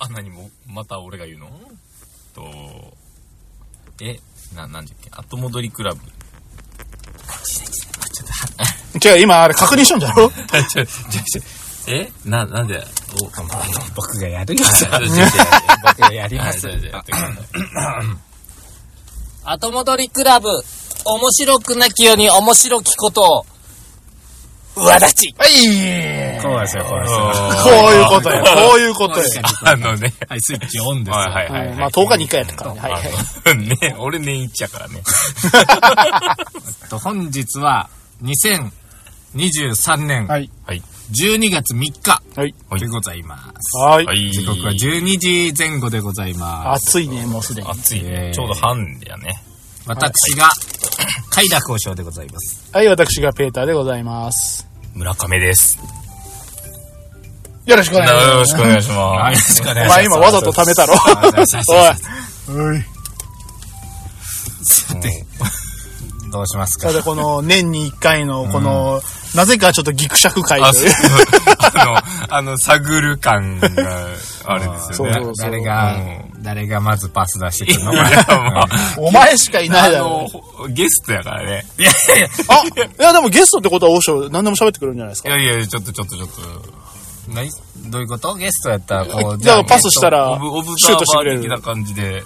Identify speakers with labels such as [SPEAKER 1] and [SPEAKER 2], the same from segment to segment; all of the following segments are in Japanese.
[SPEAKER 1] あ、何も、また俺が言うのと、え、な、なんだっけ、後戻りクラブ。
[SPEAKER 2] 違う、今あれ確認したんじ ゃろ
[SPEAKER 1] ちょちょちょえな、なんで、お、あの、
[SPEAKER 3] 僕がやるよ、それ
[SPEAKER 1] あちょちょちょ
[SPEAKER 3] 僕がやりま
[SPEAKER 1] はい
[SPEAKER 3] す。
[SPEAKER 1] それでやってください
[SPEAKER 4] 後戻りクラブ、面白くなきように面白きことを、上立ち
[SPEAKER 2] はい
[SPEAKER 3] こうですよ、こうですよ。
[SPEAKER 2] こういうことよ、こういうことよ。
[SPEAKER 1] あのね、
[SPEAKER 3] はい、スイッチオンですよ。
[SPEAKER 1] はいはいはいはい。
[SPEAKER 2] まあ10日に1回やったからね。はいはい。
[SPEAKER 1] あの ね、俺年一やからね。
[SPEAKER 4] と本日は、2023年
[SPEAKER 2] はい。
[SPEAKER 1] はい。
[SPEAKER 4] 12月3日
[SPEAKER 2] はい。
[SPEAKER 1] はい
[SPEAKER 4] でございます。
[SPEAKER 2] は。
[SPEAKER 1] はいい。
[SPEAKER 4] 時刻は12時前後でございます。
[SPEAKER 2] 暑いね、もうすでに。
[SPEAKER 1] 暑い
[SPEAKER 4] え
[SPEAKER 1] ね
[SPEAKER 4] ー。
[SPEAKER 1] ちょうど半やね。
[SPEAKER 4] 私が、快楽交渉でございます。
[SPEAKER 2] はい、私がペーターでございます。
[SPEAKER 1] 村上です。
[SPEAKER 2] よろしくお願いします。
[SPEAKER 1] よろしくお願いします。
[SPEAKER 4] お
[SPEAKER 2] お
[SPEAKER 4] 願
[SPEAKER 2] 前今わざと貯めたろ。おい。おい。
[SPEAKER 4] どうしますか
[SPEAKER 2] ただこの年に1回のこの、なぜかちょっとギクシャク会
[SPEAKER 1] あ、
[SPEAKER 2] と
[SPEAKER 1] そ
[SPEAKER 2] いうう。。
[SPEAKER 1] あの、あの、探る感があれですよ
[SPEAKER 2] そう
[SPEAKER 1] ね。
[SPEAKER 2] そうそう
[SPEAKER 4] 誰が、誰がまずパス出してくる のか
[SPEAKER 1] いやまあ
[SPEAKER 2] お前しかいないだ
[SPEAKER 1] あの。、
[SPEAKER 2] ろ
[SPEAKER 1] ゲストやからね。い
[SPEAKER 2] あいやでもゲストってことは王将何でも喋ってくれるんじゃないですか。
[SPEAKER 1] やいや、ちょっとちょっとちょっと。
[SPEAKER 4] 何どういうことゲストやったらこう、
[SPEAKER 2] じゃあパスしたら
[SPEAKER 1] オブ、オブ
[SPEAKER 2] シ
[SPEAKER 1] ザー
[SPEAKER 2] ュートして
[SPEAKER 1] バ
[SPEAKER 2] くれ
[SPEAKER 1] ー
[SPEAKER 2] る
[SPEAKER 1] 的な感じで、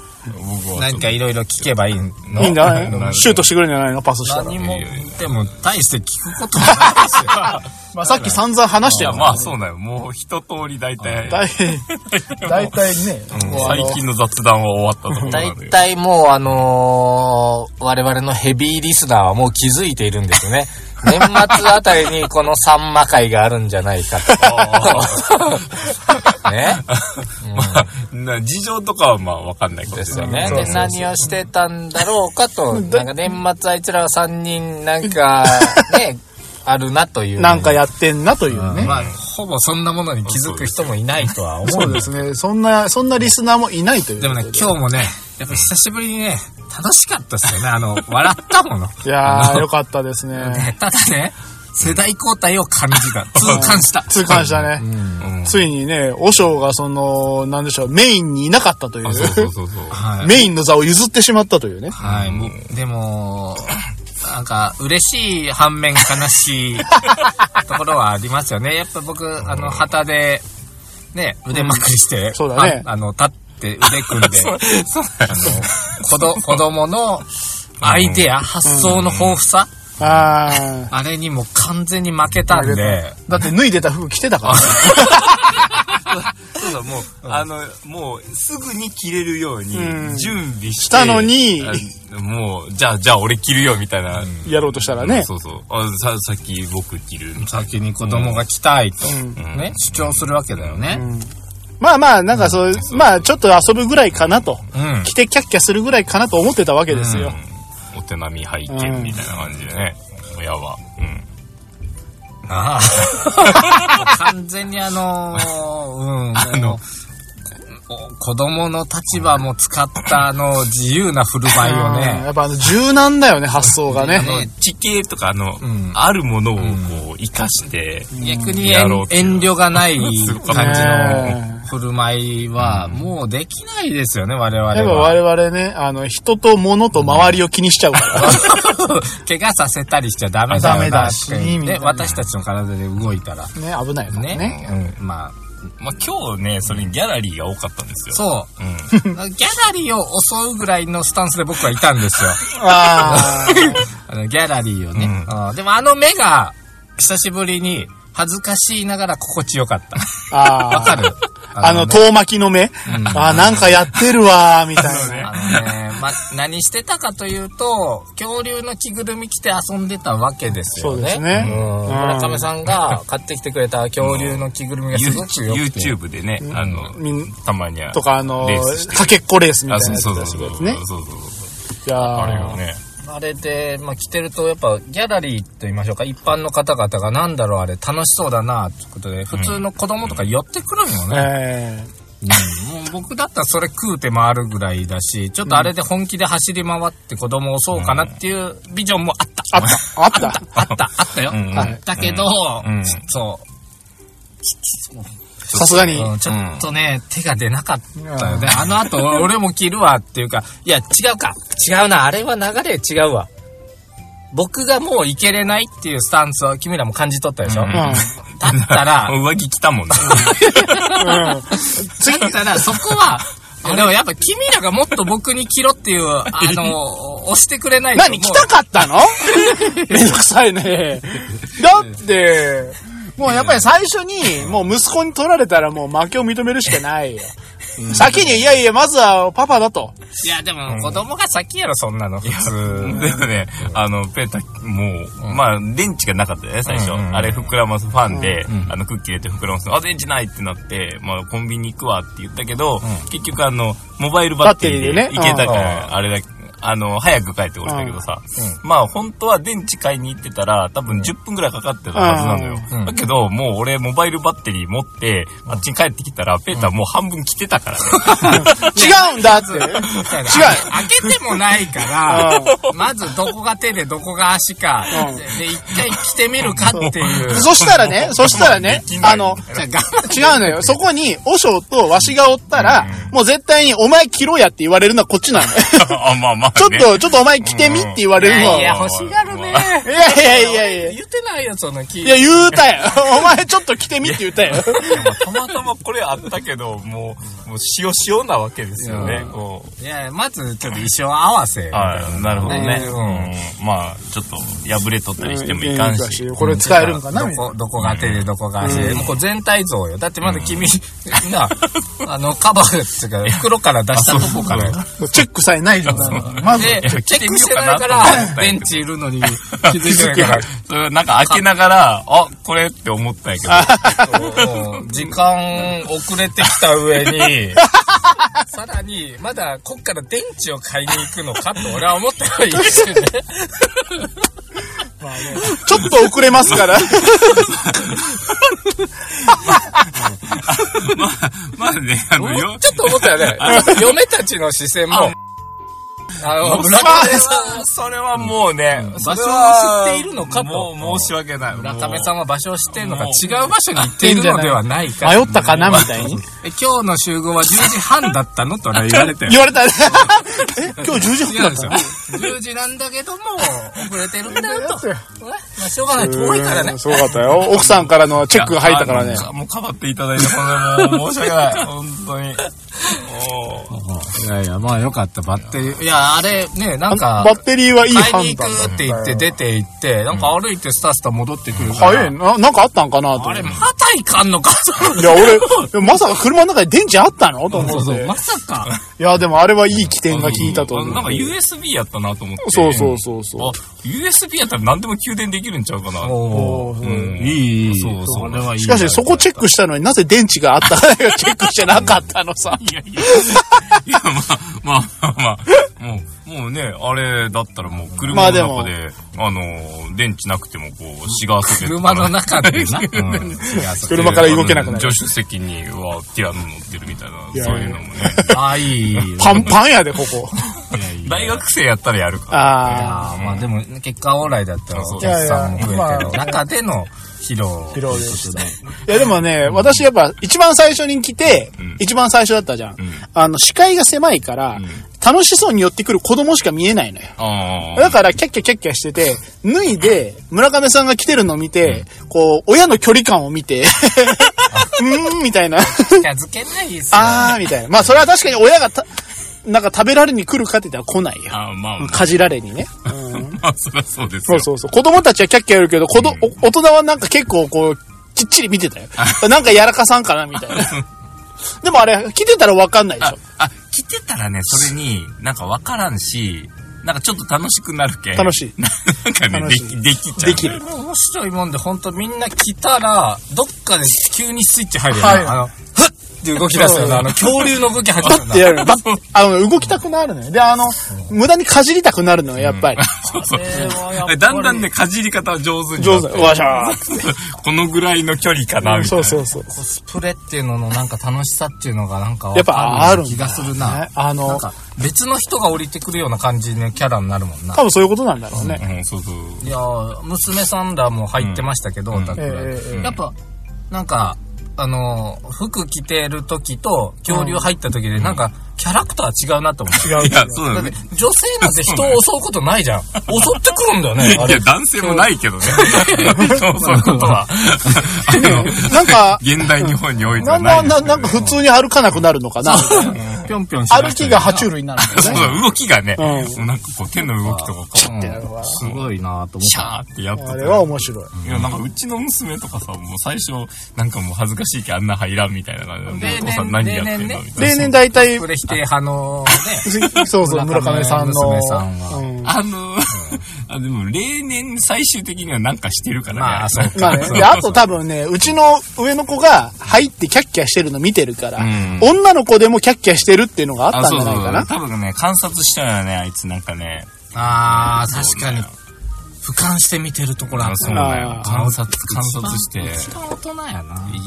[SPEAKER 1] 僕は。
[SPEAKER 4] 何かいろいろ聞けばいいの
[SPEAKER 2] いいんじゃ
[SPEAKER 1] な
[SPEAKER 2] な
[SPEAKER 1] る
[SPEAKER 2] いシュートしてくれるんじゃないのパスしたら。
[SPEAKER 4] 何も、でも大して聞くことはないで
[SPEAKER 2] まあさっき散々話して
[SPEAKER 1] いや、
[SPEAKER 2] るもん
[SPEAKER 1] まあそうだよ。もう一通り大体、
[SPEAKER 2] 大体、 大体ね、
[SPEAKER 1] うん
[SPEAKER 2] もうあの
[SPEAKER 1] 最近の雑談は終わったところ
[SPEAKER 4] す
[SPEAKER 1] な
[SPEAKER 4] よ
[SPEAKER 1] の。
[SPEAKER 4] 大
[SPEAKER 1] で。
[SPEAKER 4] 体もうあのー我々のヘビーリスナーはもう気づいているんですよね。年末あたりにこのサンマ会があるんじゃないかと。ね。
[SPEAKER 1] まあ、な事情とかはまあわかんないこと
[SPEAKER 4] で
[SPEAKER 1] ですす
[SPEAKER 4] よ
[SPEAKER 1] よね。
[SPEAKER 4] ね。で、何をしてたんだろうかと、なんか年末あいつらは3人、なんか、ね、あるなという。
[SPEAKER 2] なんかやってんなというね。
[SPEAKER 4] まあ、ほぼそんなものに気づく人もいないとは思 う。
[SPEAKER 2] そうですね。そんな、そんなリスナーもいないという。
[SPEAKER 4] でもね、今日もね、やっぱ久しぶりにね、楽しかったっすよね。あの、笑ったもの。
[SPEAKER 2] いやー、よかったですね。
[SPEAKER 4] ただね、世代交代を感じた。痛感 した。
[SPEAKER 2] 痛感したね。ついにね、和尚がその、なんでしょう、メインにいなかったとい
[SPEAKER 1] あそうそう
[SPEAKER 2] う、
[SPEAKER 1] そう そう。
[SPEAKER 4] はい。
[SPEAKER 2] メインの座を譲ってしまったというね。
[SPEAKER 4] はい、もうでも、なんか、嬉しい反面悲 しいところはありますよね。やっぱ僕、あの、旗で、ね、腕まくりして、
[SPEAKER 2] そうだね
[SPEAKER 4] ああの、立って腕組 んで、あの、子ど子供のアイデア、発想の豊富さ、
[SPEAKER 2] あ
[SPEAKER 4] あれにもう完全に負けたんで、
[SPEAKER 2] ー。だって脱いでた服着てたからね。
[SPEAKER 1] そうだ、もう、あの、もう、すぐに着れるように
[SPEAKER 2] うん、
[SPEAKER 1] 準備して。し
[SPEAKER 2] したのに、
[SPEAKER 1] もう、じゃあ、じゃあ俺着るよ、みたいな。
[SPEAKER 2] やろうとしたらね。
[SPEAKER 1] そうそう。あ、さ、さっき僕着る、みたい
[SPEAKER 4] 先に子供が来たいと、
[SPEAKER 2] ん
[SPEAKER 4] ね、主張するわけだよね。
[SPEAKER 2] まあまあ、なんかそう、まあちょっと遊ぶぐらいかなと。
[SPEAKER 4] うん
[SPEAKER 2] 着てキャッキャするぐらいかなと思ってたわけです
[SPEAKER 1] な。う
[SPEAKER 2] よ。
[SPEAKER 1] ん。お手並み拝見、みたいな感じでね。親は。うん。
[SPEAKER 4] ああ。 完全にあの ーうん、あの、お子供の立場も使ったあの、自由な振る舞いを
[SPEAKER 2] うん
[SPEAKER 4] ね、
[SPEAKER 2] やっぱあの、柔軟だよね、発想が
[SPEAKER 1] あ
[SPEAKER 2] ね。
[SPEAKER 1] の、地形とか、あの
[SPEAKER 4] ん、
[SPEAKER 1] あるものをこう、生かして、
[SPEAKER 4] 逆に
[SPEAKER 1] や
[SPEAKER 4] 遠
[SPEAKER 1] ろうと
[SPEAKER 4] 遠慮が ない
[SPEAKER 1] すごかった
[SPEAKER 4] 感じ
[SPEAKER 2] ね
[SPEAKER 4] の振る舞いは、もうできないですよね、我々
[SPEAKER 2] やっぱ
[SPEAKER 4] は。
[SPEAKER 2] 我々ね、あの、人と物と周りを気にしちゃうから。
[SPEAKER 4] 怪我させたりしちゃダメだよ
[SPEAKER 2] ダメだし
[SPEAKER 4] って言って
[SPEAKER 2] みたいな
[SPEAKER 4] 私たちの体で動いたら。
[SPEAKER 2] ね、危ないからね。
[SPEAKER 4] ね。うん、まあ、
[SPEAKER 1] まあ、今日ね、それにギャラリーが多かったんですよ。。
[SPEAKER 4] そ う
[SPEAKER 1] ん。
[SPEAKER 4] う。ギャラリーを襲うぐらいのスタンスで僕はいたんですよ。
[SPEAKER 2] あ
[SPEAKER 4] あのギャラリーをね、
[SPEAKER 1] うん
[SPEAKER 4] あーでもあの目が、久しぶりに、恥ずかしいながら心地よ かった。
[SPEAKER 2] あ。あ
[SPEAKER 4] わか
[SPEAKER 2] あ。
[SPEAKER 4] る
[SPEAKER 2] あの、
[SPEAKER 4] ね
[SPEAKER 2] 遠巻きの目。ああ、なんかやってるわー、みたいな。
[SPEAKER 4] あのね、ま、何してたかというと、恐竜の着ぐるみ着て遊んでたわけですよ
[SPEAKER 2] そうで
[SPEAKER 4] ね。
[SPEAKER 2] すね
[SPEAKER 4] うん
[SPEAKER 2] うん
[SPEAKER 4] 村上さんが買ってきてくれた恐竜の着ぐるみがすごくよくて。
[SPEAKER 1] YouTube でね、あの、
[SPEAKER 2] みん
[SPEAKER 1] たまには。
[SPEAKER 2] とか、あの
[SPEAKER 1] レースして、る
[SPEAKER 2] かけっこレースみた
[SPEAKER 1] あ、
[SPEAKER 2] いな
[SPEAKER 1] そう
[SPEAKER 2] やつ
[SPEAKER 1] そう
[SPEAKER 2] 出
[SPEAKER 1] そ
[SPEAKER 2] し
[SPEAKER 1] うそう。
[SPEAKER 2] てるやつ
[SPEAKER 1] そう
[SPEAKER 2] ね。
[SPEAKER 1] そうそう。
[SPEAKER 2] いや
[SPEAKER 1] あれが
[SPEAKER 2] ー
[SPEAKER 1] ね。
[SPEAKER 4] あれで、まあ、着てると、やっぱ、ギャラリーと言いましょうか、一般の方々が、なんだろう、あれ、楽しそうだな、ということで、普通の子供とか寄ってくるんよね。
[SPEAKER 2] え
[SPEAKER 4] うん、もう僕だったらそれ食うて回るぐらいだし、ちょっとあれで本気で走り回って子供をそうかなっていうビジョンもあった。
[SPEAKER 2] あった、あった。
[SPEAKER 4] あった、あったよ。
[SPEAKER 1] うん
[SPEAKER 4] だけど、
[SPEAKER 1] うん
[SPEAKER 4] そう。
[SPEAKER 2] さすがに。
[SPEAKER 4] うんちょっとね、手が出なかったよね。あの後、俺も着るわっていうか、いや、違うか。違うな。あれは流れ違うわ。僕がもういけれないっていうスタンスを君らも感じ取ったでしょ、
[SPEAKER 1] うん
[SPEAKER 2] うん。うん。
[SPEAKER 4] だった ら、
[SPEAKER 1] もう上着着たもん ね。
[SPEAKER 4] だったら、そこ は、いやでもやっぱ君らがもっと僕に着ろっていう、あ の、押してくれないと。
[SPEAKER 2] 何
[SPEAKER 4] も
[SPEAKER 2] 来
[SPEAKER 4] う
[SPEAKER 2] たかったの めんどくさいね。だって、もうやっぱり最初に、もう息子に取られたらもう負けを認めるしかないよ。先に、いやいや、まずはパパだと。
[SPEAKER 4] いや、でも子供が先やろ、そんなの。普通。
[SPEAKER 1] でもね、あの、ペータ、もう、まあ、電池がなかったよね、最初。
[SPEAKER 3] うんうんうん
[SPEAKER 1] あれ、膨らますファンで、
[SPEAKER 3] ん
[SPEAKER 1] あの、クッキー入れて膨らますの。あ、電池ないってなって、まあ、コンビニ行くわって言ったけど、結局、あの、モバイルバッテリー
[SPEAKER 2] バッ
[SPEAKER 1] で
[SPEAKER 2] テリーで
[SPEAKER 1] 行
[SPEAKER 2] ね
[SPEAKER 1] けたか
[SPEAKER 3] う
[SPEAKER 1] ら、あれだあの、早く帰ってこれたけどさ、まあ、本当は電池買いに行ってたら、多分10分ぐらいかかってたはずなのよ。
[SPEAKER 3] うん
[SPEAKER 1] だけど、もう俺、モバイルバッテリー持って、あっちに帰ってきたら、ペータもう半分来てたからね。
[SPEAKER 2] 違うんだって。
[SPEAKER 4] 開
[SPEAKER 2] 違
[SPEAKER 4] けてもないから、まずどこが手でどこが足か
[SPEAKER 2] うん、
[SPEAKER 4] で、一回着てみるかっていう。
[SPEAKER 2] そしたらね、そしたらね
[SPEAKER 1] でき、ない
[SPEAKER 2] あの、
[SPEAKER 4] じゃあ頑張
[SPEAKER 2] 違うのよ。そこに、和尚とわしがおったら、もう絶対に、お前着ろやって言われるのはこっちなのよ。
[SPEAKER 1] あ、まあまあ、ね。
[SPEAKER 2] ちょっと、ちょっとお前着てみって言われるのは。
[SPEAKER 4] い
[SPEAKER 2] い
[SPEAKER 4] や
[SPEAKER 2] や
[SPEAKER 4] いや、欲しがるね。
[SPEAKER 2] いやいやいやい
[SPEAKER 4] 言ってないよ、その聞い
[SPEAKER 2] や、言うたよ。お前ちょっと着てみって言ったよ。
[SPEAKER 1] たまたまこれあったけど、もう、もう塩塩なわけですよね。こう
[SPEAKER 4] いや、まずちょっと衣装合わせ。
[SPEAKER 1] はい、なるほどね。
[SPEAKER 4] ね
[SPEAKER 1] うん、まあ、ちょっと破れとったりしてもいかんし。
[SPEAKER 2] これ使えるんかな
[SPEAKER 4] ど
[SPEAKER 2] みたい
[SPEAKER 4] こ、どこが手でどこが足で。もうこれ全体像よ。だってまだ君、な、あの、カバーっていうか、袋から出したとこから。
[SPEAKER 2] なチェックさえない状態なのまず、
[SPEAKER 4] で、チェ
[SPEAKER 1] や着て
[SPEAKER 4] ック
[SPEAKER 1] み
[SPEAKER 4] し
[SPEAKER 1] よ
[SPEAKER 4] て
[SPEAKER 1] うか
[SPEAKER 4] な
[SPEAKER 1] ない
[SPEAKER 4] か
[SPEAKER 1] と思ったんやけ
[SPEAKER 4] ら、
[SPEAKER 1] ど
[SPEAKER 4] ベンチいるのに気づいてないから。
[SPEAKER 1] それなんか開けながら、あ、これって思ったんやけど、
[SPEAKER 4] そう時間遅れてきた上に、 さらに、まだこっから電池を買いに行くのかと俺は思ってはいるしね。
[SPEAKER 2] ちょっと遅れますから。
[SPEAKER 1] まあね、あの、よ、
[SPEAKER 4] ちょっと思った よね。嫁たちの視線も、あの、
[SPEAKER 1] それは、それはもうね、
[SPEAKER 4] ん
[SPEAKER 1] それは
[SPEAKER 4] 場所を知っているのかと
[SPEAKER 1] もう申し訳ない。
[SPEAKER 4] 村上
[SPEAKER 1] も
[SPEAKER 4] さんは場所を知ってんのか、違う場所に行っているのではないか。
[SPEAKER 2] 迷ったかなみたいに。
[SPEAKER 4] え今日の集合は10時半だったのと俺は言われて。
[SPEAKER 2] 言われたね。え、今日10時
[SPEAKER 4] 違うん
[SPEAKER 2] 半
[SPEAKER 4] で
[SPEAKER 2] だ
[SPEAKER 4] す
[SPEAKER 2] っ
[SPEAKER 4] よ。10時なんだけども、遅れてるんだ よと。
[SPEAKER 2] た
[SPEAKER 4] まあ、しょうがない。遠いからね。
[SPEAKER 2] すごかったよ。奥さんからのチェックが入ったからね
[SPEAKER 1] い。やもうかばっていただいて、これ もう申し訳ない。本当に。もう
[SPEAKER 3] いやいや、まあよかった。バッテリー。
[SPEAKER 4] いや、あれ、ね、なんか
[SPEAKER 2] バ、ッテリーはいい
[SPEAKER 4] 買い
[SPEAKER 2] 判
[SPEAKER 4] に行
[SPEAKER 2] 断だ
[SPEAKER 4] くって言って出て行って、なんか歩いてスタスタ戻ってくるから。
[SPEAKER 2] 早いな。なんかあったんかなと
[SPEAKER 4] あ
[SPEAKER 2] 思っ
[SPEAKER 4] れ、
[SPEAKER 2] て。
[SPEAKER 4] また行かんのか
[SPEAKER 2] いや、俺、でもまさか車の中に電池あったのと
[SPEAKER 4] そ
[SPEAKER 2] 思
[SPEAKER 4] う
[SPEAKER 2] っ
[SPEAKER 4] そう、
[SPEAKER 2] て。
[SPEAKER 4] まさか。
[SPEAKER 2] いや、でもあれはいい起点が効いたと思
[SPEAKER 1] あなんか
[SPEAKER 2] う。
[SPEAKER 1] USB やったなと思って。
[SPEAKER 2] そうそうそうそう。
[SPEAKER 1] あ、USB やったら何でも給電できるんちゃうかな。
[SPEAKER 4] お
[SPEAKER 2] おー
[SPEAKER 1] うん
[SPEAKER 3] いい、いい。
[SPEAKER 1] そうそう
[SPEAKER 3] れはいい。
[SPEAKER 2] しかし、そこチェックしたのになぜ電池があったかチェックしてなかったのさ。
[SPEAKER 1] いやいや、いや、まあ、まあ、まあ、もう、もうね、あれだったらもう
[SPEAKER 2] ま
[SPEAKER 1] 車
[SPEAKER 2] あ
[SPEAKER 1] の
[SPEAKER 2] でも
[SPEAKER 1] 中で、あ、の、電池なくてもこう、シガーソケット
[SPEAKER 4] 車
[SPEAKER 1] から
[SPEAKER 4] の中でな。うん違うそれ
[SPEAKER 2] 車から動けなくなる
[SPEAKER 1] あの助手席にはティアノ乗ってるみたい
[SPEAKER 2] いや
[SPEAKER 1] な、そういうのもね。
[SPEAKER 4] ああ、いい。
[SPEAKER 2] パンパンやで、ここ。
[SPEAKER 1] 大学生やったらやるか。
[SPEAKER 2] ああ。
[SPEAKER 4] ああ、まあでも、結果オーライだったら、
[SPEAKER 1] そう
[SPEAKER 4] お客さんも増
[SPEAKER 2] いや
[SPEAKER 4] え
[SPEAKER 2] い
[SPEAKER 4] て
[SPEAKER 2] や
[SPEAKER 4] る。中での披露。
[SPEAKER 2] 疲労です。いや、でもね、私やっぱ、一番最初に来て
[SPEAKER 1] ん、
[SPEAKER 2] 一番最初だったじゃん
[SPEAKER 1] ん。
[SPEAKER 2] あの、視界が狭いから、楽しそうに寄ってくる子供しか見えないのよ。
[SPEAKER 1] あ
[SPEAKER 2] だから、キャッキャキャッキャしてて、脱いで、村上さんが来てるのを見て、こう、親の距離感を見て、うーん、みたいな。
[SPEAKER 4] 近づけないですよ。
[SPEAKER 2] あー、みたいな。まあ、それは確かに親がた、なんか食べられに来るかって言ったら来ないよ。
[SPEAKER 1] あ。あまあ、
[SPEAKER 2] かじられにね。うん
[SPEAKER 1] まあ、そりゃそうです
[SPEAKER 2] そ
[SPEAKER 1] よ
[SPEAKER 2] う。そうそう。子供たちはキャッキャやるけど、子ど、お大人はなんか結構こう、きっちり見てたよ。なんかやらかさんかなみたい な。でもあれ、来てたらわかんないでしょ。
[SPEAKER 1] あ、来てたらね、それに、なんかわからんし、なんかちょっと楽しくなるけん。
[SPEAKER 2] 楽しい。
[SPEAKER 1] なんかね、
[SPEAKER 2] 楽
[SPEAKER 1] で
[SPEAKER 2] し
[SPEAKER 1] き、
[SPEAKER 2] い
[SPEAKER 1] できちゃう。
[SPEAKER 2] できる。
[SPEAKER 4] 面白いもんで、ほんとみんな来たら、どっかで急にスイッチ入るよ
[SPEAKER 2] はい
[SPEAKER 4] ね。あの、ふっって動き出すよね。あの、恐竜の動き始める
[SPEAKER 2] っ
[SPEAKER 4] ん
[SPEAKER 2] てやる。ばあの、動きたくなるのよ。で、あの、無駄にかじりたくなるのよ、やっぱり。
[SPEAKER 1] そうそう。
[SPEAKER 4] だ
[SPEAKER 1] だんだんね、かじり方は上手にな
[SPEAKER 2] 上
[SPEAKER 1] っ
[SPEAKER 2] 手
[SPEAKER 1] て。
[SPEAKER 2] だよ。わしゃー
[SPEAKER 1] このぐらいの距離かな、みたい
[SPEAKER 2] そ
[SPEAKER 1] な。
[SPEAKER 2] うそうそう。
[SPEAKER 4] コスプレっていうののなんか楽しさっていうのがなんかわ
[SPEAKER 2] やっぱあ
[SPEAKER 4] か
[SPEAKER 2] る
[SPEAKER 4] る
[SPEAKER 2] んだ
[SPEAKER 4] 気がするな
[SPEAKER 2] ね。あの
[SPEAKER 4] なんか別の人が降りてくるような感じのキャラになるもんな。
[SPEAKER 2] 多分そういうことなんだろうね。
[SPEAKER 1] うん、そうそう。
[SPEAKER 4] いやー娘さんらも入ってましたけど、お宅
[SPEAKER 2] ええええ
[SPEAKER 4] やっぱ、なんか、あの、服着てる時と恐竜入った時で、なんか、キャラクター違うなって思って。
[SPEAKER 1] いや、そうだ
[SPEAKER 4] だっ
[SPEAKER 1] ね
[SPEAKER 4] て。、女性なんて人を襲うことないじ ゃん。襲ってくるんだよね、あ
[SPEAKER 1] いや、
[SPEAKER 4] れ。
[SPEAKER 1] 男性もないけどね。 そう、そういうことは。あの、
[SPEAKER 2] なんか、
[SPEAKER 1] 現代日本において
[SPEAKER 2] な
[SPEAKER 1] は
[SPEAKER 2] ん
[SPEAKER 1] な
[SPEAKER 2] か、
[SPEAKER 1] いです
[SPEAKER 2] な
[SPEAKER 1] よね。
[SPEAKER 2] なんか普通に歩かなくなるのかな。
[SPEAKER 4] ぴょんぴょんし
[SPEAKER 2] 歩きが爬
[SPEAKER 4] る。
[SPEAKER 2] 虫類になるんだ
[SPEAKER 1] そ
[SPEAKER 2] よ
[SPEAKER 1] う
[SPEAKER 2] ね。
[SPEAKER 1] そう、動きがね、
[SPEAKER 2] う
[SPEAKER 1] なんかこう手の動きとかこう、
[SPEAKER 4] うんすごいなと思
[SPEAKER 1] シ
[SPEAKER 4] っ
[SPEAKER 1] ャーってやって
[SPEAKER 2] あ
[SPEAKER 1] た
[SPEAKER 2] れは面白い。
[SPEAKER 1] いや、なんかうちの娘とかさ、もう最初、なんかもう恥ずかしいけどあんな入らんみたいな感じで、
[SPEAKER 4] 例
[SPEAKER 1] お
[SPEAKER 4] 年
[SPEAKER 1] 父さん何やってん
[SPEAKER 4] 例
[SPEAKER 1] の
[SPEAKER 4] 年ね
[SPEAKER 1] みた
[SPEAKER 2] 例
[SPEAKER 1] いな。
[SPEAKER 2] 年大体
[SPEAKER 4] て。、これ否定派のね。
[SPEAKER 2] そうそう、村
[SPEAKER 4] 村
[SPEAKER 2] 上
[SPEAKER 4] 上
[SPEAKER 2] さんの。
[SPEAKER 4] 娘さんは
[SPEAKER 2] うん
[SPEAKER 1] あの、あでも例年最終的にはなんかしてるからね。
[SPEAKER 4] まあ、そうか。
[SPEAKER 2] まあね、いやあと多分ね、うちの上の子が入ってキャッキャしてるの見てるから、
[SPEAKER 1] うん
[SPEAKER 2] 女の子でもキャッキャしてるっていうのがあったんじ
[SPEAKER 1] そう
[SPEAKER 2] ゃない
[SPEAKER 1] そう
[SPEAKER 2] かな。
[SPEAKER 1] 多分ね、観察したらね、あいつなんかね、
[SPEAKER 4] ああ、確かに。俯瞰して見てるところある
[SPEAKER 1] そうだよ
[SPEAKER 2] あ。ー
[SPEAKER 1] 観察、観察して。
[SPEAKER 4] 一番大人やな。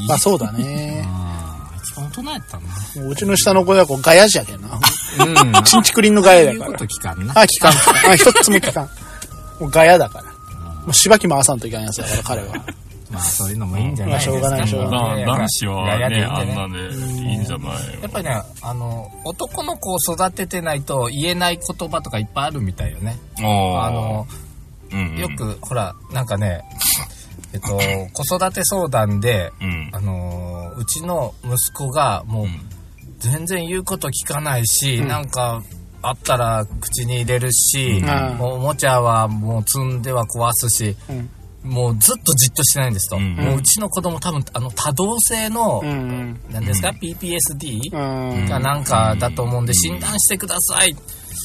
[SPEAKER 2] まあそうだね。
[SPEAKER 4] 一番大人やったな。
[SPEAKER 2] もううちの下の子はこうガヤじゃけんな。
[SPEAKER 4] うん。
[SPEAKER 2] ちんちくりんのガヤ
[SPEAKER 4] 言う
[SPEAKER 2] だか
[SPEAKER 4] こ
[SPEAKER 2] ら。
[SPEAKER 4] と聞かんな。
[SPEAKER 2] あ、聞かん聞かん。あ、一つも聞かん。もうガヤだから。もうしばき回さんといけないやつだから、彼は。
[SPEAKER 4] まあ、そういうのもいいんじゃないですか。
[SPEAKER 2] まあしょうがないしょうが
[SPEAKER 1] まあ
[SPEAKER 4] ね
[SPEAKER 1] 男子は
[SPEAKER 4] やり
[SPEAKER 1] ね、
[SPEAKER 4] ゃ
[SPEAKER 1] あ
[SPEAKER 4] いいんじゃない
[SPEAKER 1] んなでいいんじゃない
[SPEAKER 4] やっぱりね、あの、男の子を育ててないと言えない言葉とかいっぱいあるみたいよね。あ
[SPEAKER 1] あ
[SPEAKER 4] の、
[SPEAKER 1] の
[SPEAKER 4] よ、く、ほら、なんかね、えっ と、子育て相談で、
[SPEAKER 1] うん
[SPEAKER 4] あのーうちの息子がもう
[SPEAKER 1] うん
[SPEAKER 4] 全然言うこと聞かないし、なんかあったら口に入れるし、
[SPEAKER 2] うん
[SPEAKER 4] もうおもちゃはもう積んでは壊すし、
[SPEAKER 2] うん
[SPEAKER 4] もうずっとじっとしてないんですと、
[SPEAKER 1] う
[SPEAKER 4] うんもううちの子供多分あの多動性の、
[SPEAKER 2] う
[SPEAKER 4] なん、
[SPEAKER 2] ん。
[SPEAKER 4] 何ですか PPSD
[SPEAKER 2] う
[SPEAKER 1] うん
[SPEAKER 2] ん。
[SPEAKER 4] がなんかだと思うんで診断してください。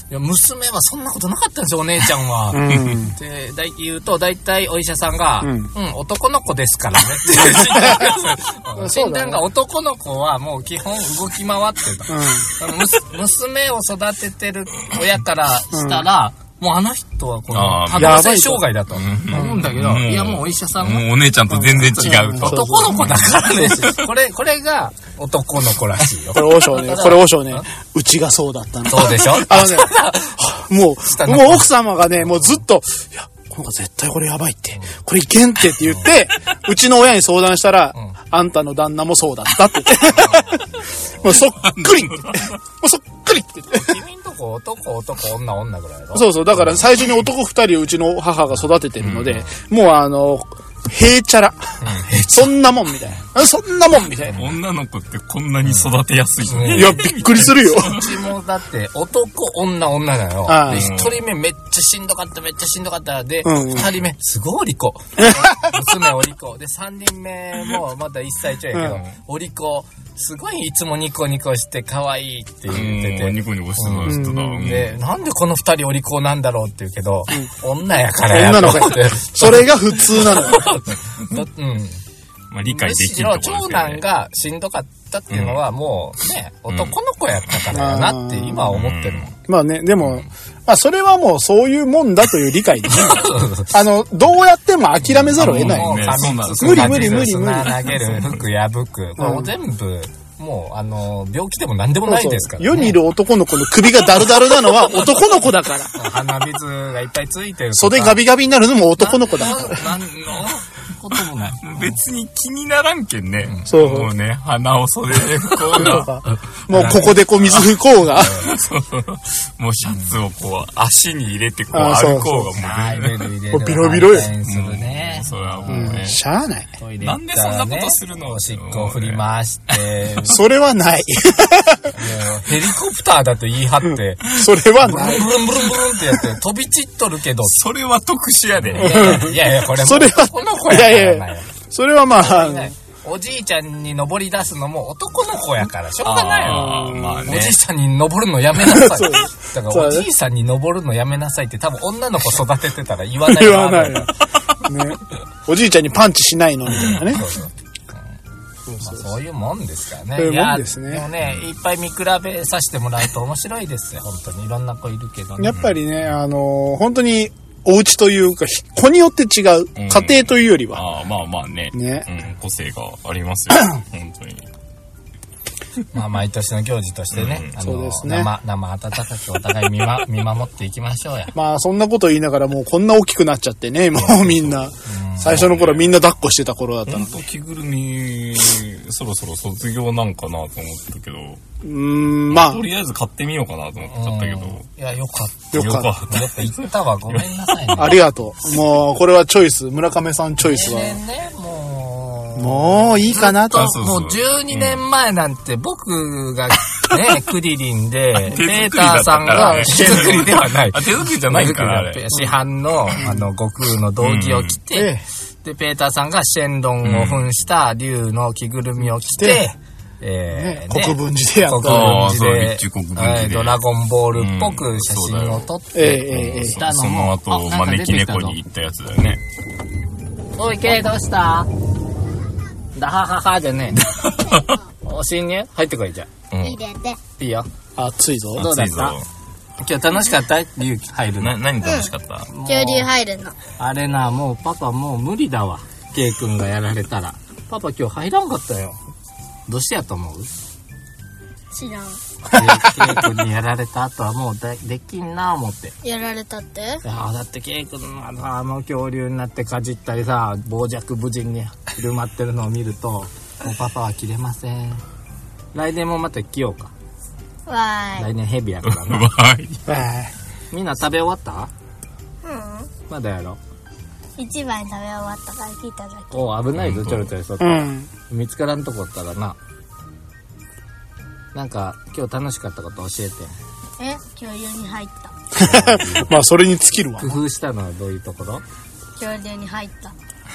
[SPEAKER 4] いや娘はそんなことなかったんですよ、お姉ちゃ んは。
[SPEAKER 2] うん。
[SPEAKER 4] で、大言うと、大体お医者さんが、
[SPEAKER 2] う
[SPEAKER 4] うんん、男の子ですからねっていう診断が
[SPEAKER 2] うん
[SPEAKER 4] 診断が男の子はもう基本動き回ってた。むす娘を育ててる親からしたら、もうあの人はこの
[SPEAKER 1] あー
[SPEAKER 4] 多動性障害だと思うんだけど、
[SPEAKER 1] うん
[SPEAKER 4] いやもうお医者さん
[SPEAKER 1] も
[SPEAKER 4] は
[SPEAKER 1] うお姉ちゃんと全然違う
[SPEAKER 2] そう
[SPEAKER 1] と。
[SPEAKER 4] 男の子だからね。 これ、これが男の子らしいよ
[SPEAKER 2] こ。れ、王将ね、これ、王将ね、うちがそうだったの。
[SPEAKER 4] そうでしょ
[SPEAKER 2] あのね、も
[SPEAKER 4] 下
[SPEAKER 2] う、
[SPEAKER 4] の
[SPEAKER 2] もう奥様がね、もうずっと、いや、この子絶対これやばいって、これいけんってって言って、うちの親に相談したら、
[SPEAKER 4] ん
[SPEAKER 2] あんたの旦那もそうだったって言って、もうそっくりって、もうそっくりって。
[SPEAKER 4] 君んとこ男、男、女、女ぐらいだろ。
[SPEAKER 2] そうそう、だから最初に男二人をうちの母が育ててるので、もうあの、平チャラ。そんなもんみたいな。そんなもんみたいな。
[SPEAKER 1] 女の子ってこんなに育てやすいの
[SPEAKER 4] うん
[SPEAKER 2] いや、びっくりする よ。
[SPEAKER 4] うちもだって男女女だよ
[SPEAKER 2] ああ
[SPEAKER 4] で一人目めっちゃしんどかっためっちゃしんどかったで
[SPEAKER 2] うんうん
[SPEAKER 4] 二人目すごいお 利口娘お利口で三人目もまだ一歳ちょいやけど、
[SPEAKER 2] うん
[SPEAKER 4] お利口すごいいつもニコニコして可愛いって言ってて、
[SPEAKER 1] うんニコニコしてた人だ。うん
[SPEAKER 4] で、なんでこの二人お利口なんだろうって言うけど、女やからや
[SPEAKER 2] 女の
[SPEAKER 4] と思
[SPEAKER 2] 子
[SPEAKER 4] っ
[SPEAKER 2] や
[SPEAKER 4] て。
[SPEAKER 2] それが普通なのよ。
[SPEAKER 4] だ うん。
[SPEAKER 1] まあ理解
[SPEAKER 4] む
[SPEAKER 1] で
[SPEAKER 4] し
[SPEAKER 1] きるところ
[SPEAKER 4] ろ
[SPEAKER 1] です
[SPEAKER 4] 長
[SPEAKER 1] よね
[SPEAKER 4] 男がしんどかったっていうのはもうね、男の子やったからやなって今は思ってるもん。
[SPEAKER 2] まあね、でも、まあそれはもうそういうもんだという理解でい いあの、どうやっても諦めざるを得ない。
[SPEAKER 4] もう
[SPEAKER 1] ね
[SPEAKER 4] 紙
[SPEAKER 1] そうなんです
[SPEAKER 2] よ無理無理無理
[SPEAKER 4] 砂投げる、服破く。これも全部、もう、あの、病気でも何でもないですから、
[SPEAKER 2] 世にいる男の子の首がダルダルなの は男の子だから。
[SPEAKER 4] 鼻水がいっぱいついてるとか。
[SPEAKER 2] 袖ガビガビになるのも男の子だ
[SPEAKER 4] な
[SPEAKER 2] から。
[SPEAKER 4] なんのこともない。
[SPEAKER 1] 別に気にならんけんね。
[SPEAKER 2] そう
[SPEAKER 1] もうね、鼻を袖でこう
[SPEAKER 2] と
[SPEAKER 1] な。
[SPEAKER 2] かもうここでこう水拭こうが。
[SPEAKER 1] そうもうシャツをこう、足に入れてこう
[SPEAKER 2] あそう
[SPEAKER 1] 歩こうが
[SPEAKER 4] 入
[SPEAKER 1] もう
[SPEAKER 4] れ
[SPEAKER 1] ね。
[SPEAKER 4] る入れ
[SPEAKER 2] も
[SPEAKER 4] る。
[SPEAKER 2] うビロビロよ
[SPEAKER 4] 大変するね。
[SPEAKER 1] それはもうね。
[SPEAKER 2] しゃあない。
[SPEAKER 4] トイレ
[SPEAKER 1] なんでそんなことするの
[SPEAKER 4] おしっこを振り回して、もう
[SPEAKER 2] それはない。
[SPEAKER 4] ヘリコプターだと言い張って、
[SPEAKER 2] それは
[SPEAKER 4] ブ
[SPEAKER 2] ない。
[SPEAKER 4] ルンブルンブルンブルンってやって飛び散っとるけど、
[SPEAKER 1] それは特殊やで。
[SPEAKER 4] いやいや、これも
[SPEAKER 2] それは
[SPEAKER 4] 男の子やから
[SPEAKER 2] いやい
[SPEAKER 4] な
[SPEAKER 2] や
[SPEAKER 4] よ。
[SPEAKER 2] それはまあ、
[SPEAKER 4] ねおじいちゃんに登り出すのも男の子やからしょうがないよ。
[SPEAKER 1] あーまあ
[SPEAKER 4] おじ
[SPEAKER 1] ね
[SPEAKER 4] い。ちゃんに登るのやめなさ
[SPEAKER 2] そ
[SPEAKER 4] いう
[SPEAKER 2] で。
[SPEAKER 4] だか
[SPEAKER 2] そう
[SPEAKER 4] らお
[SPEAKER 2] だね
[SPEAKER 4] じいさんに登るのやめなさいって多分女の子育ててたら言わない
[SPEAKER 2] 言わない。
[SPEAKER 4] よ
[SPEAKER 2] ね。おじいちゃんにパンチしないのみたいなね。
[SPEAKER 4] そうそううんまあそういうもんですからね。
[SPEAKER 2] そういうもんですね
[SPEAKER 4] いやでもね、いっぱい見比べさせてもらうと面白いですよ。本当にいろんな子いるけどね。
[SPEAKER 2] やっぱりね、あのー本当にお家というか、ひ子によって違う。
[SPEAKER 1] うん
[SPEAKER 2] 家庭というよりは。
[SPEAKER 1] ああ、まあまあね。
[SPEAKER 2] ね
[SPEAKER 1] うん、個性がありますよ。本当に。
[SPEAKER 4] まあ、毎年の行事としてね、あ
[SPEAKER 2] そうで
[SPEAKER 4] の、
[SPEAKER 2] すね
[SPEAKER 4] 生、生温かくお互い見,、 ま、見守っていきましょうや。
[SPEAKER 2] まあ、そんなこと言いながらもうこんな大きくなっちゃってね、もうみんな。最初の頃みんな抱っこしてた頃だった
[SPEAKER 1] ほ
[SPEAKER 2] の
[SPEAKER 1] んと着ぐるみ、そろそろ卒業なんかなと思ったけど、
[SPEAKER 2] うーん、まあ
[SPEAKER 1] と、りあえず買ってみようかなと思って買ったけど、
[SPEAKER 4] いや、よかった。
[SPEAKER 2] よかっ
[SPEAKER 4] やっぱ行ったわ。ごめんなさいね。
[SPEAKER 2] た。ありがとう。もう、これはチョイス。村上さんチョイスは。
[SPEAKER 4] 例年ね、もう。
[SPEAKER 2] もういいかなと。
[SPEAKER 1] あそう
[SPEAKER 4] も
[SPEAKER 1] そう
[SPEAKER 4] う12年前なんて僕がね、クリリ ンで、
[SPEAKER 1] 手
[SPEAKER 4] ペ
[SPEAKER 1] 作り
[SPEAKER 4] ータ
[SPEAKER 1] だ
[SPEAKER 4] ー
[SPEAKER 1] った
[SPEAKER 4] さ
[SPEAKER 1] か
[SPEAKER 4] ん
[SPEAKER 1] ら
[SPEAKER 4] が手作りではない。
[SPEAKER 1] あ手作りじゃないんかな、あれ。
[SPEAKER 4] 市販の、あの、悟空の道着を着て、
[SPEAKER 2] うんえ
[SPEAKER 4] で、ペーターさんがシェンロンを扮した竜の着ぐるみを着て、え
[SPEAKER 2] ね
[SPEAKER 4] ーね
[SPEAKER 2] 国分寺でやっ
[SPEAKER 4] 国
[SPEAKER 2] た。
[SPEAKER 4] 分寺
[SPEAKER 1] あーそう
[SPEAKER 4] で
[SPEAKER 1] 一中国分寺で
[SPEAKER 4] えードラゴンボールっぽく写真を撮っ
[SPEAKER 2] ええ
[SPEAKER 4] て、
[SPEAKER 2] ええええ。
[SPEAKER 1] そその後、
[SPEAKER 5] あなんか出て
[SPEAKER 1] 招き
[SPEAKER 5] きたぞ
[SPEAKER 1] 猫に行ったやつだよね。
[SPEAKER 5] おい、けどうした
[SPEAKER 4] ダハハハじゃねえ。お侵入入ってこいじゃ
[SPEAKER 1] うん
[SPEAKER 6] 入れて
[SPEAKER 4] ん。いいよ。
[SPEAKER 2] 暑いぞ。
[SPEAKER 4] どうだっ
[SPEAKER 1] 暑い
[SPEAKER 4] た
[SPEAKER 1] ぞ
[SPEAKER 4] 今日楽しかった竜入るの。
[SPEAKER 1] な、何楽しかった、
[SPEAKER 6] 恐竜入るの
[SPEAKER 4] あれな、もうパパもう無理だわ。ケイ君がやられたら。パパ今日入らんかったよ。どうしてやと思うケ
[SPEAKER 6] 知らん
[SPEAKER 4] イケイ君にやられた後はもうでできんな思って。
[SPEAKER 6] やられたって
[SPEAKER 4] いやーだってケイ君のあのあの恐竜になってかじったりさ、傍若無人に振る舞ってるのを見ると、もうパパは切れません。来年もまた来ようか。
[SPEAKER 6] わーい
[SPEAKER 4] 来年ヘビやから
[SPEAKER 1] う
[SPEAKER 4] な。
[SPEAKER 1] わーい。
[SPEAKER 4] みんな食べ終わったまだやろ。
[SPEAKER 6] 一枚食べ終わったから聞いただけ
[SPEAKER 4] おう危ないぞ、ちょろちょろしとった
[SPEAKER 2] う
[SPEAKER 4] ら
[SPEAKER 2] ん。
[SPEAKER 4] 見つからんとこおったらななんか今日楽しかったこと教えて
[SPEAKER 6] え恐竜に入った
[SPEAKER 2] まあ、それに尽きるわ
[SPEAKER 4] 工。夫したのはどういうところ
[SPEAKER 6] 恐竜に入った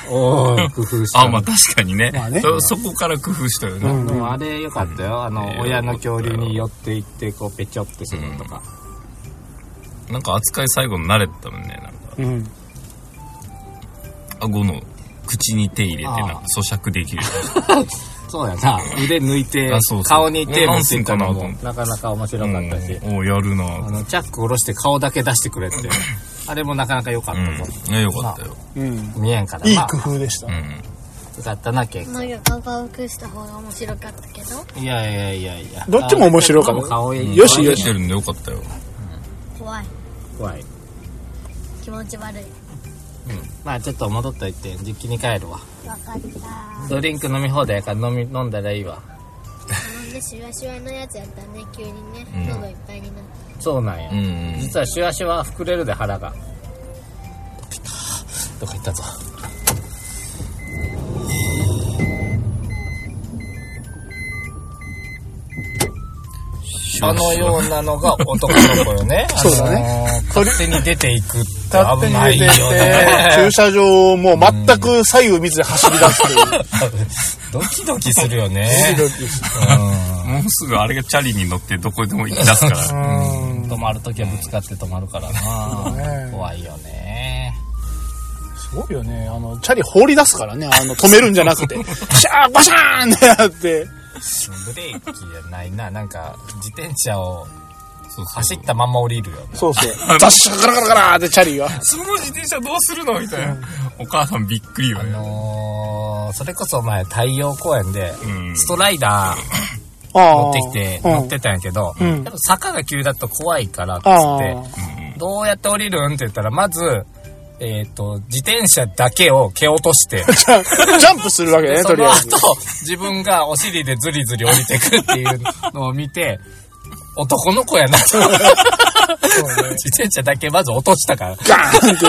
[SPEAKER 4] おお 工夫した
[SPEAKER 1] あ、
[SPEAKER 4] の
[SPEAKER 1] まあ確かにね,、
[SPEAKER 2] まあね
[SPEAKER 1] そ。そこから工夫したよね。
[SPEAKER 4] もうあれよかったよあの、
[SPEAKER 1] えー
[SPEAKER 4] 親の恐竜に寄っていってこうペチョってするのとか、
[SPEAKER 1] なんか扱い最後に慣れてたもんね。なんか、
[SPEAKER 2] うん。
[SPEAKER 1] 顎の口に手入れて、
[SPEAKER 4] あー
[SPEAKER 1] なんか咀嚼できる。
[SPEAKER 4] そうやな腕抜いて
[SPEAKER 1] あそうそう
[SPEAKER 4] 顔に手持っていったの
[SPEAKER 1] お
[SPEAKER 4] も
[SPEAKER 1] なんすん
[SPEAKER 4] なかなか面白かったし、
[SPEAKER 1] うんおやるな
[SPEAKER 4] あのチャック下ろして顔だけ出してく れってあれもなかなか良かっ
[SPEAKER 1] うん。
[SPEAKER 4] たぞ、
[SPEAKER 1] いや、よかったよ。
[SPEAKER 2] うん。
[SPEAKER 4] 見えんから
[SPEAKER 2] いい
[SPEAKER 4] まあ
[SPEAKER 2] 工夫でした
[SPEAKER 1] う。ん。
[SPEAKER 4] よかったな結構
[SPEAKER 6] なんか顔をくした方が面白かったけど
[SPEAKER 4] いやいやいやいや
[SPEAKER 2] どっちも面白かった
[SPEAKER 4] あ顔いい
[SPEAKER 2] よしよ
[SPEAKER 1] 出
[SPEAKER 2] し。
[SPEAKER 1] てるんでよかったよ。
[SPEAKER 6] 怖い
[SPEAKER 4] 怖い
[SPEAKER 6] 気持ち悪い
[SPEAKER 4] まあちょっと戻っといて実家に帰るわ
[SPEAKER 6] わかった
[SPEAKER 4] ドリンク飲み放題やから飲み飲んだらいいわ
[SPEAKER 6] なんでシュワシュワのやつやったね急にね
[SPEAKER 1] うん
[SPEAKER 6] 喉いっぱいになっ
[SPEAKER 4] そうなんや、
[SPEAKER 1] うんうん。
[SPEAKER 4] 実はシュワシュワ膨れるで腹がどっか行ったぞあのようなのが男の子よね
[SPEAKER 2] そうだ
[SPEAKER 4] ね、あのー勝手に出ていくって
[SPEAKER 2] 勝手
[SPEAKER 4] 危
[SPEAKER 2] に
[SPEAKER 4] ない
[SPEAKER 2] 出て
[SPEAKER 4] よ
[SPEAKER 2] って、
[SPEAKER 4] ね
[SPEAKER 2] 駐車場をもう全く左右見ずで走り出すっていう。
[SPEAKER 4] ドキドキするよね
[SPEAKER 2] ドキドキし
[SPEAKER 1] もうすぐあれがチャリに乗ってどこでも行き出すから。
[SPEAKER 2] たうん。
[SPEAKER 4] 止まるときはぶつかって止まるからな
[SPEAKER 2] ね
[SPEAKER 4] 怖いよね
[SPEAKER 2] すごいよね。あの、チャリ放り出すからね。あの、止めるんじゃなくて、シャーバシャーンってやって。
[SPEAKER 4] ブレーキじゃないななんか自転車を
[SPEAKER 1] そうそう
[SPEAKER 4] 走ったまま降りるよね
[SPEAKER 2] そうそう。ザッシャガラガラガラってチャリが。
[SPEAKER 1] その自転車どうするのみたいな。お母さんびっくりよ
[SPEAKER 4] あ
[SPEAKER 1] ね。
[SPEAKER 4] のー、それこそ前太陽公園で
[SPEAKER 1] うん
[SPEAKER 4] ストライ
[SPEAKER 2] あ
[SPEAKER 4] ダー持
[SPEAKER 2] あ
[SPEAKER 4] ってきて
[SPEAKER 2] うん
[SPEAKER 4] 乗ってたんやけど、
[SPEAKER 2] うん
[SPEAKER 4] やっぱ坂が急だと怖いからっつ
[SPEAKER 2] あ
[SPEAKER 4] っ
[SPEAKER 2] あ
[SPEAKER 4] てどうやって降りるんって言ったらまずえっ、と自転車だけを蹴落として
[SPEAKER 2] ジャン ジャンプするわけね、と
[SPEAKER 4] そ
[SPEAKER 2] り
[SPEAKER 4] の
[SPEAKER 2] あえず
[SPEAKER 4] 後。、自分がお尻でズリズリ降りてくっていうのを見て、男の子やなと。自転車だけまず落としたから。
[SPEAKER 2] ガーンって。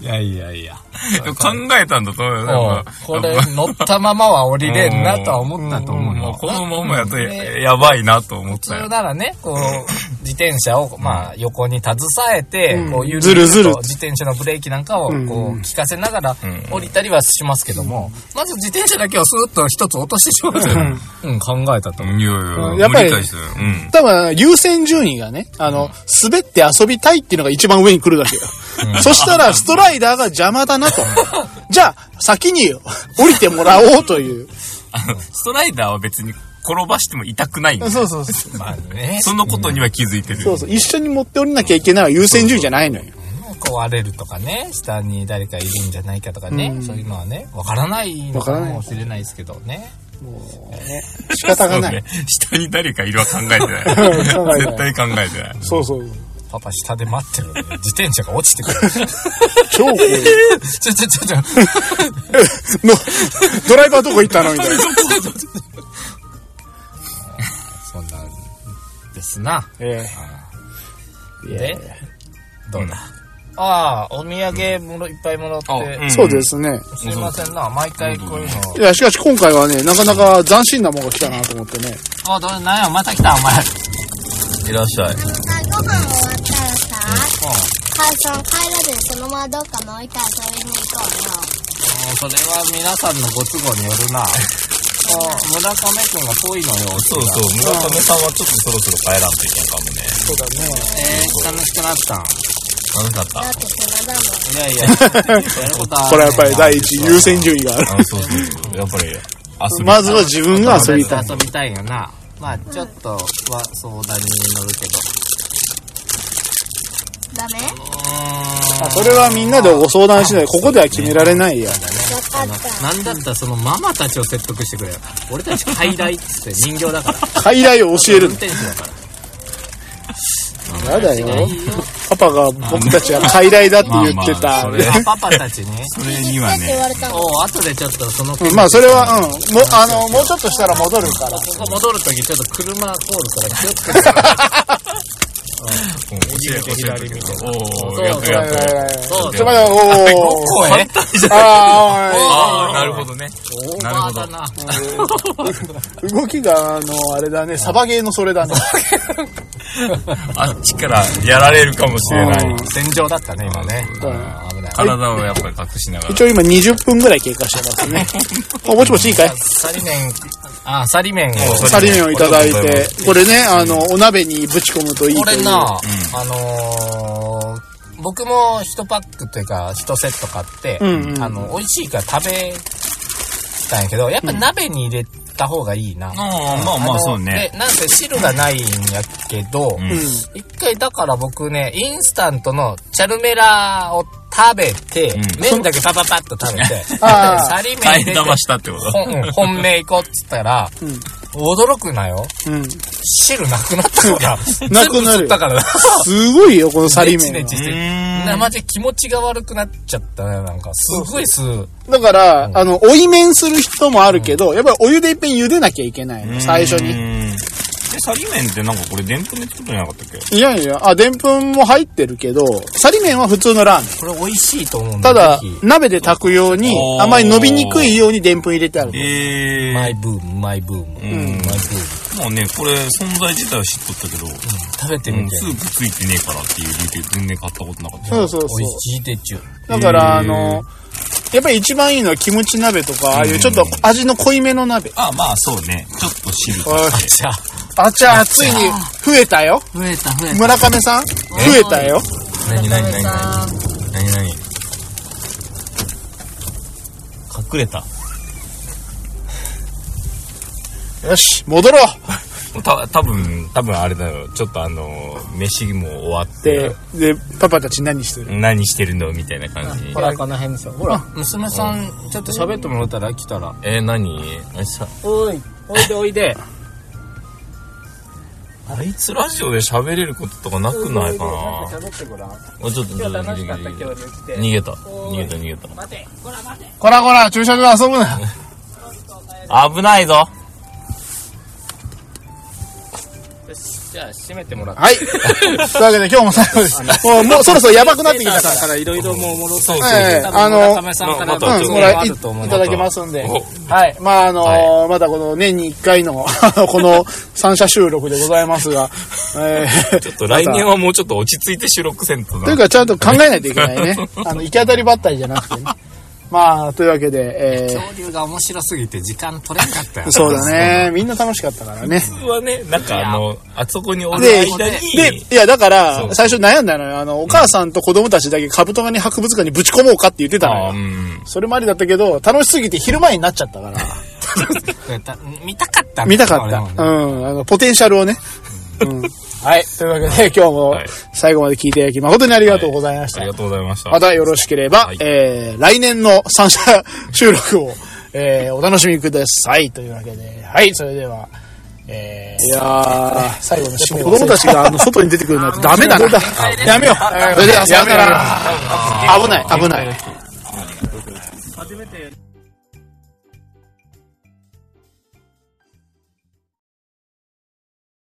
[SPEAKER 4] いやいやいや。
[SPEAKER 1] でも考えたんだと思うよ。
[SPEAKER 4] も
[SPEAKER 1] な
[SPEAKER 4] うん
[SPEAKER 1] か
[SPEAKER 4] これ乗ったままは降りれんなとは思ったと思う
[SPEAKER 1] もう
[SPEAKER 4] よ。
[SPEAKER 1] このままやとや
[SPEAKER 4] ね
[SPEAKER 1] やばいなと思っ
[SPEAKER 4] 普
[SPEAKER 1] た
[SPEAKER 4] 通
[SPEAKER 1] よ。
[SPEAKER 4] ならね、こう、自転車を、まあ、横に携えて、こう、ゆるゆると
[SPEAKER 2] ずるずる
[SPEAKER 4] 自転車のブレーキなんかを、こう、効かせながら
[SPEAKER 1] ん、
[SPEAKER 4] 降りたりはしますけども、まず自転車だけをスーッと一つ落としてしまうという。うん、考えたと
[SPEAKER 1] いやいやい
[SPEAKER 2] や
[SPEAKER 1] や、
[SPEAKER 2] っ
[SPEAKER 1] 無
[SPEAKER 2] ぱり
[SPEAKER 1] 理解したよ。うん。
[SPEAKER 2] 多分、優先順位がね、あの、滑って遊びたいっていうのが一番上に来るわけよ。そしたら、ストライダーが邪魔だなと。 じゃあ、先に降りてもらおうという。
[SPEAKER 1] あの、 ストライダーは別に転ばしても痛くないんだよ
[SPEAKER 2] そうそうそう。
[SPEAKER 4] まあね、
[SPEAKER 1] そのことには気づいてる。
[SPEAKER 2] そうそう。一緒に持って降りなきゃいけないは優先順位じゃないのよ。
[SPEAKER 4] 壊れるとかね、下に誰かいるんじゃないかとかね、そういうのはね、わからないの
[SPEAKER 2] わか
[SPEAKER 4] から
[SPEAKER 2] ない
[SPEAKER 4] もしれないですけどね。
[SPEAKER 2] 仕方が
[SPEAKER 1] そう
[SPEAKER 2] ない
[SPEAKER 1] ね。。下に誰かいるは考えてない。
[SPEAKER 2] 考えてない
[SPEAKER 1] 絶対考えてない。
[SPEAKER 2] そうそう。
[SPEAKER 4] パパ下で待ってるのに自転車が落ちてく る。
[SPEAKER 2] 超怖い。
[SPEAKER 4] ちょちょちょちょ。
[SPEAKER 2] の、ドライバーどこ行ったのみたいな。
[SPEAKER 4] そんなんですな。
[SPEAKER 2] え
[SPEAKER 4] で、どうだ、ああ、お土産もろいっぱいもらって、
[SPEAKER 1] あうん
[SPEAKER 2] えそうですね。
[SPEAKER 4] すいませんな、毎回こういうの。
[SPEAKER 2] いや、しかし今回はね、なかなか斬新なものが来たなと思ってね。
[SPEAKER 4] あ、どうなんや、また来た、お前。
[SPEAKER 1] いらっしゃい。
[SPEAKER 6] さ、ご飯終わったらさ、はい、その帰らずにそのままどっかの置いたら遊びに行こうよ。
[SPEAKER 4] もうそれは皆さんのご都合によるな。もう村上くんが遠いのよ。
[SPEAKER 1] そうそう、村上さんはちょっとそろそろ帰らんといけんかもね。
[SPEAKER 2] そうだね。
[SPEAKER 4] えー、楽しくなったん。
[SPEAKER 1] 楽しかった
[SPEAKER 6] だ。って暇だもん。
[SPEAKER 4] いやいや、や ることはあ
[SPEAKER 2] こ
[SPEAKER 4] る
[SPEAKER 2] れ
[SPEAKER 4] ね
[SPEAKER 2] はやっぱり第一優先順位がある。
[SPEAKER 1] あそうそうそう。やっぱり、遊び
[SPEAKER 2] まずは自分が遊びたい。
[SPEAKER 4] 遊びたいよな。まあちょっとは相談に乗るけど。
[SPEAKER 6] ダメ
[SPEAKER 4] うーん。
[SPEAKER 2] それはみんなでご相談しない。ここでは決められないや。
[SPEAKER 6] わかった。
[SPEAKER 4] なんだったらそのママたちを説得してくれよ。俺たち傀儡っつって人形だから。
[SPEAKER 2] 傀儡を教える
[SPEAKER 4] 運転手だから。
[SPEAKER 2] の。やだよ。パパが僕たちは傀儡だって言っ
[SPEAKER 1] まあ
[SPEAKER 2] て
[SPEAKER 1] まあ
[SPEAKER 2] た
[SPEAKER 1] そ。れ
[SPEAKER 4] パパたちに。
[SPEAKER 1] それには
[SPEAKER 6] って
[SPEAKER 1] ね
[SPEAKER 6] 言、われたの。
[SPEAKER 4] おう後でちょっとその。
[SPEAKER 2] うんまあそれは、うん。も、あの、もうちょっとしたら戻るから。
[SPEAKER 4] ここ戻るときちょっと車コールから気をつけて。そう
[SPEAKER 1] うん教えて教えてけど。おお、やっ
[SPEAKER 4] そう
[SPEAKER 1] とやっと。
[SPEAKER 4] そう
[SPEAKER 2] ちょ、まだ、おー。
[SPEAKER 4] おい
[SPEAKER 2] あ
[SPEAKER 1] ああ、なるほどね。
[SPEAKER 4] オー
[SPEAKER 1] なる
[SPEAKER 4] バ
[SPEAKER 1] ほ
[SPEAKER 4] ー
[SPEAKER 1] ど
[SPEAKER 4] だな。
[SPEAKER 2] ーおい。動きが、あの、あれだね。サバゲーのそれだね。
[SPEAKER 1] あっちからやられるかもしれない。
[SPEAKER 4] 戦場だったね、今ね。
[SPEAKER 2] うん
[SPEAKER 4] 危ない。
[SPEAKER 1] 体をやっぱり隠しながら
[SPEAKER 2] 一。応今20分ぐらい経過してますね。あ、もちもちいいかい
[SPEAKER 4] サリ麺、あ、サリ麺を。
[SPEAKER 1] そう
[SPEAKER 2] サリ麺をいただい
[SPEAKER 1] ありがとうござい
[SPEAKER 2] て、これね、あの、お鍋にぶち込むといいと
[SPEAKER 4] これ
[SPEAKER 2] いう。
[SPEAKER 4] な、あのー僕も一パックというか一セット買って、
[SPEAKER 2] うんうん
[SPEAKER 4] あの美味しいから食べたんやけどやっぱ鍋に入れた方がいいな、
[SPEAKER 1] ああ、まあま
[SPEAKER 4] の
[SPEAKER 1] あ、そうね。
[SPEAKER 4] でなんせ汁がないんやけど、
[SPEAKER 1] ん
[SPEAKER 4] 一回だから僕ねインスタントのチャルメラを食べて、
[SPEAKER 1] うん
[SPEAKER 4] 麺だけパパパッと食べて
[SPEAKER 2] あー
[SPEAKER 4] サリ麺
[SPEAKER 1] 大
[SPEAKER 4] 入れ
[SPEAKER 1] 変
[SPEAKER 4] て
[SPEAKER 1] 騙したってこと。
[SPEAKER 4] 本本命行こうっつったら、
[SPEAKER 2] ん
[SPEAKER 4] 驚くなよ
[SPEAKER 2] うん。
[SPEAKER 4] 汁なくなったから
[SPEAKER 2] なくなる
[SPEAKER 4] 全部吸ったからな
[SPEAKER 2] すごいよ、このサリ
[SPEAKER 4] ネチ
[SPEAKER 2] 麺
[SPEAKER 4] ネ
[SPEAKER 2] は。
[SPEAKER 4] チして
[SPEAKER 1] う
[SPEAKER 4] る。
[SPEAKER 1] ーん
[SPEAKER 4] なマジ気持ちが悪くなっちゃったね、なんか。すごいす、
[SPEAKER 2] だから、あの、おい麺する人もあるけど、やっぱりお湯でいっぺん茹でなきゃいけないの、最初に。
[SPEAKER 1] に。え、サリ麺ってなんかこれ、でんぷんで作ってなかったっけ
[SPEAKER 2] いやいや、あ、でんぷんも入ってるけど、サリ麺は普通のラーメン。
[SPEAKER 4] これ美味しいと思うんで
[SPEAKER 2] ただ
[SPEAKER 4] ぜ、ひ
[SPEAKER 2] 鍋で炊くように
[SPEAKER 1] お、ー
[SPEAKER 2] あまり伸びにくいようにでんぷん入れてある。
[SPEAKER 1] え
[SPEAKER 4] マ
[SPEAKER 1] え
[SPEAKER 4] イブーム、マイブーム。
[SPEAKER 1] ん
[SPEAKER 4] マイブーム。
[SPEAKER 1] ー。もうね、これ、存在自体は知っとったけど、
[SPEAKER 4] 食べて
[SPEAKER 1] うん
[SPEAKER 4] みて。
[SPEAKER 1] スープついてねえからっていう理由で全然買ったことなかった。
[SPEAKER 2] そうそうそう。
[SPEAKER 4] 美味しいでちゅ。
[SPEAKER 2] だから、あ
[SPEAKER 1] へー
[SPEAKER 2] の、やっぱり一番いいのはキムチ鍋とか、ああいうちょっと味の濃いめの鍋。
[SPEAKER 1] ああ、まあそうね。ちょっと汁と
[SPEAKER 2] おい
[SPEAKER 1] して。
[SPEAKER 4] じゃあ、
[SPEAKER 2] あちゃー、ついに増えたよ。
[SPEAKER 4] 増えた、増えた。
[SPEAKER 2] 村上さん増えたよ。
[SPEAKER 1] なになになになになになに隠れた。
[SPEAKER 2] よし、戻ろう
[SPEAKER 1] た、多分多分あれだよ。ちょっとあの、飯も終わっ
[SPEAKER 2] で
[SPEAKER 1] て、、
[SPEAKER 2] で、パパたち何してる
[SPEAKER 1] 何してるのみたいな感じ。
[SPEAKER 4] ら、この辺ですよ。ほら、娘さん、ちょっと喋ってもらったら、来たら。
[SPEAKER 1] えー、何あさ
[SPEAKER 4] おい、おいでおいで。
[SPEAKER 1] あいつラジオで喋れることとかなくないかな
[SPEAKER 4] ってごらん。
[SPEAKER 1] もうちょっと、ちょっと逃げた、逃げた、逃げた、逃げた。
[SPEAKER 2] こらこら、駐車場で遊ぶな。
[SPEAKER 1] 危ないぞ
[SPEAKER 4] よしじゃあ、閉めてもらって。
[SPEAKER 2] はい。というわけで今日も最後です。もう、もうそろそろやばくなってきたか
[SPEAKER 4] さんからいろいろもう戻そう
[SPEAKER 1] そう
[SPEAKER 2] ええ
[SPEAKER 4] 多分
[SPEAKER 2] あの
[SPEAKER 4] 村上さんから
[SPEAKER 1] また
[SPEAKER 2] ら。
[SPEAKER 1] は
[SPEAKER 2] う
[SPEAKER 1] い
[SPEAKER 2] ん、
[SPEAKER 4] も
[SPEAKER 2] こ
[SPEAKER 4] ら
[SPEAKER 2] れ
[SPEAKER 4] い
[SPEAKER 2] い
[SPEAKER 4] と思う
[SPEAKER 2] いただきますんで。
[SPEAKER 1] お
[SPEAKER 2] はい。まあ、あのーまだこの年に1回の、 あのこの三者収録でございますが、えー
[SPEAKER 1] ちょっと来年はもうちょっと落ち着いて収録せんとな。
[SPEAKER 2] というか、ちゃんと考えないといけないね。あの、行き当たりばったりじゃなくてね。まあ、というわけで、え
[SPEAKER 4] 恐竜が面白すぎて時間取れなかったよ
[SPEAKER 2] ー、そうだね。みんな楽しかったからね。
[SPEAKER 1] 普通はね、なんかあの、あそこにおる
[SPEAKER 2] で
[SPEAKER 1] 間に、、
[SPEAKER 2] で、いや、だか
[SPEAKER 1] そ
[SPEAKER 2] ら、
[SPEAKER 1] う
[SPEAKER 2] 最初悩んだのよ。あの、お母さんと子供たちだけカブトガニ博物館にぶち込もうかって言ってた
[SPEAKER 1] あー
[SPEAKER 2] の
[SPEAKER 1] うん。
[SPEAKER 2] よ。それまでだったけど、楽しすぎて昼前になっちゃったから、
[SPEAKER 4] た見たかったんだ
[SPEAKER 2] 見たか
[SPEAKER 4] 俺も
[SPEAKER 2] った。
[SPEAKER 4] ね
[SPEAKER 2] うん、あの、ポテンシャルをね。うん。はい。というわけで、今日も
[SPEAKER 1] はい
[SPEAKER 2] 最後まで聞いていただき誠にありがとうございました
[SPEAKER 1] あり。がとうございました。
[SPEAKER 2] またよろしければ、
[SPEAKER 1] はい
[SPEAKER 2] えー、来年の三者収録を、えー、お楽しみください。というわけで、はい、それでは、えー、いや最後の締め
[SPEAKER 7] 子供たちがあの外に出てくるなんてダメだな。
[SPEAKER 2] やめよう。
[SPEAKER 4] それではさようなら
[SPEAKER 2] 危ない、危ない。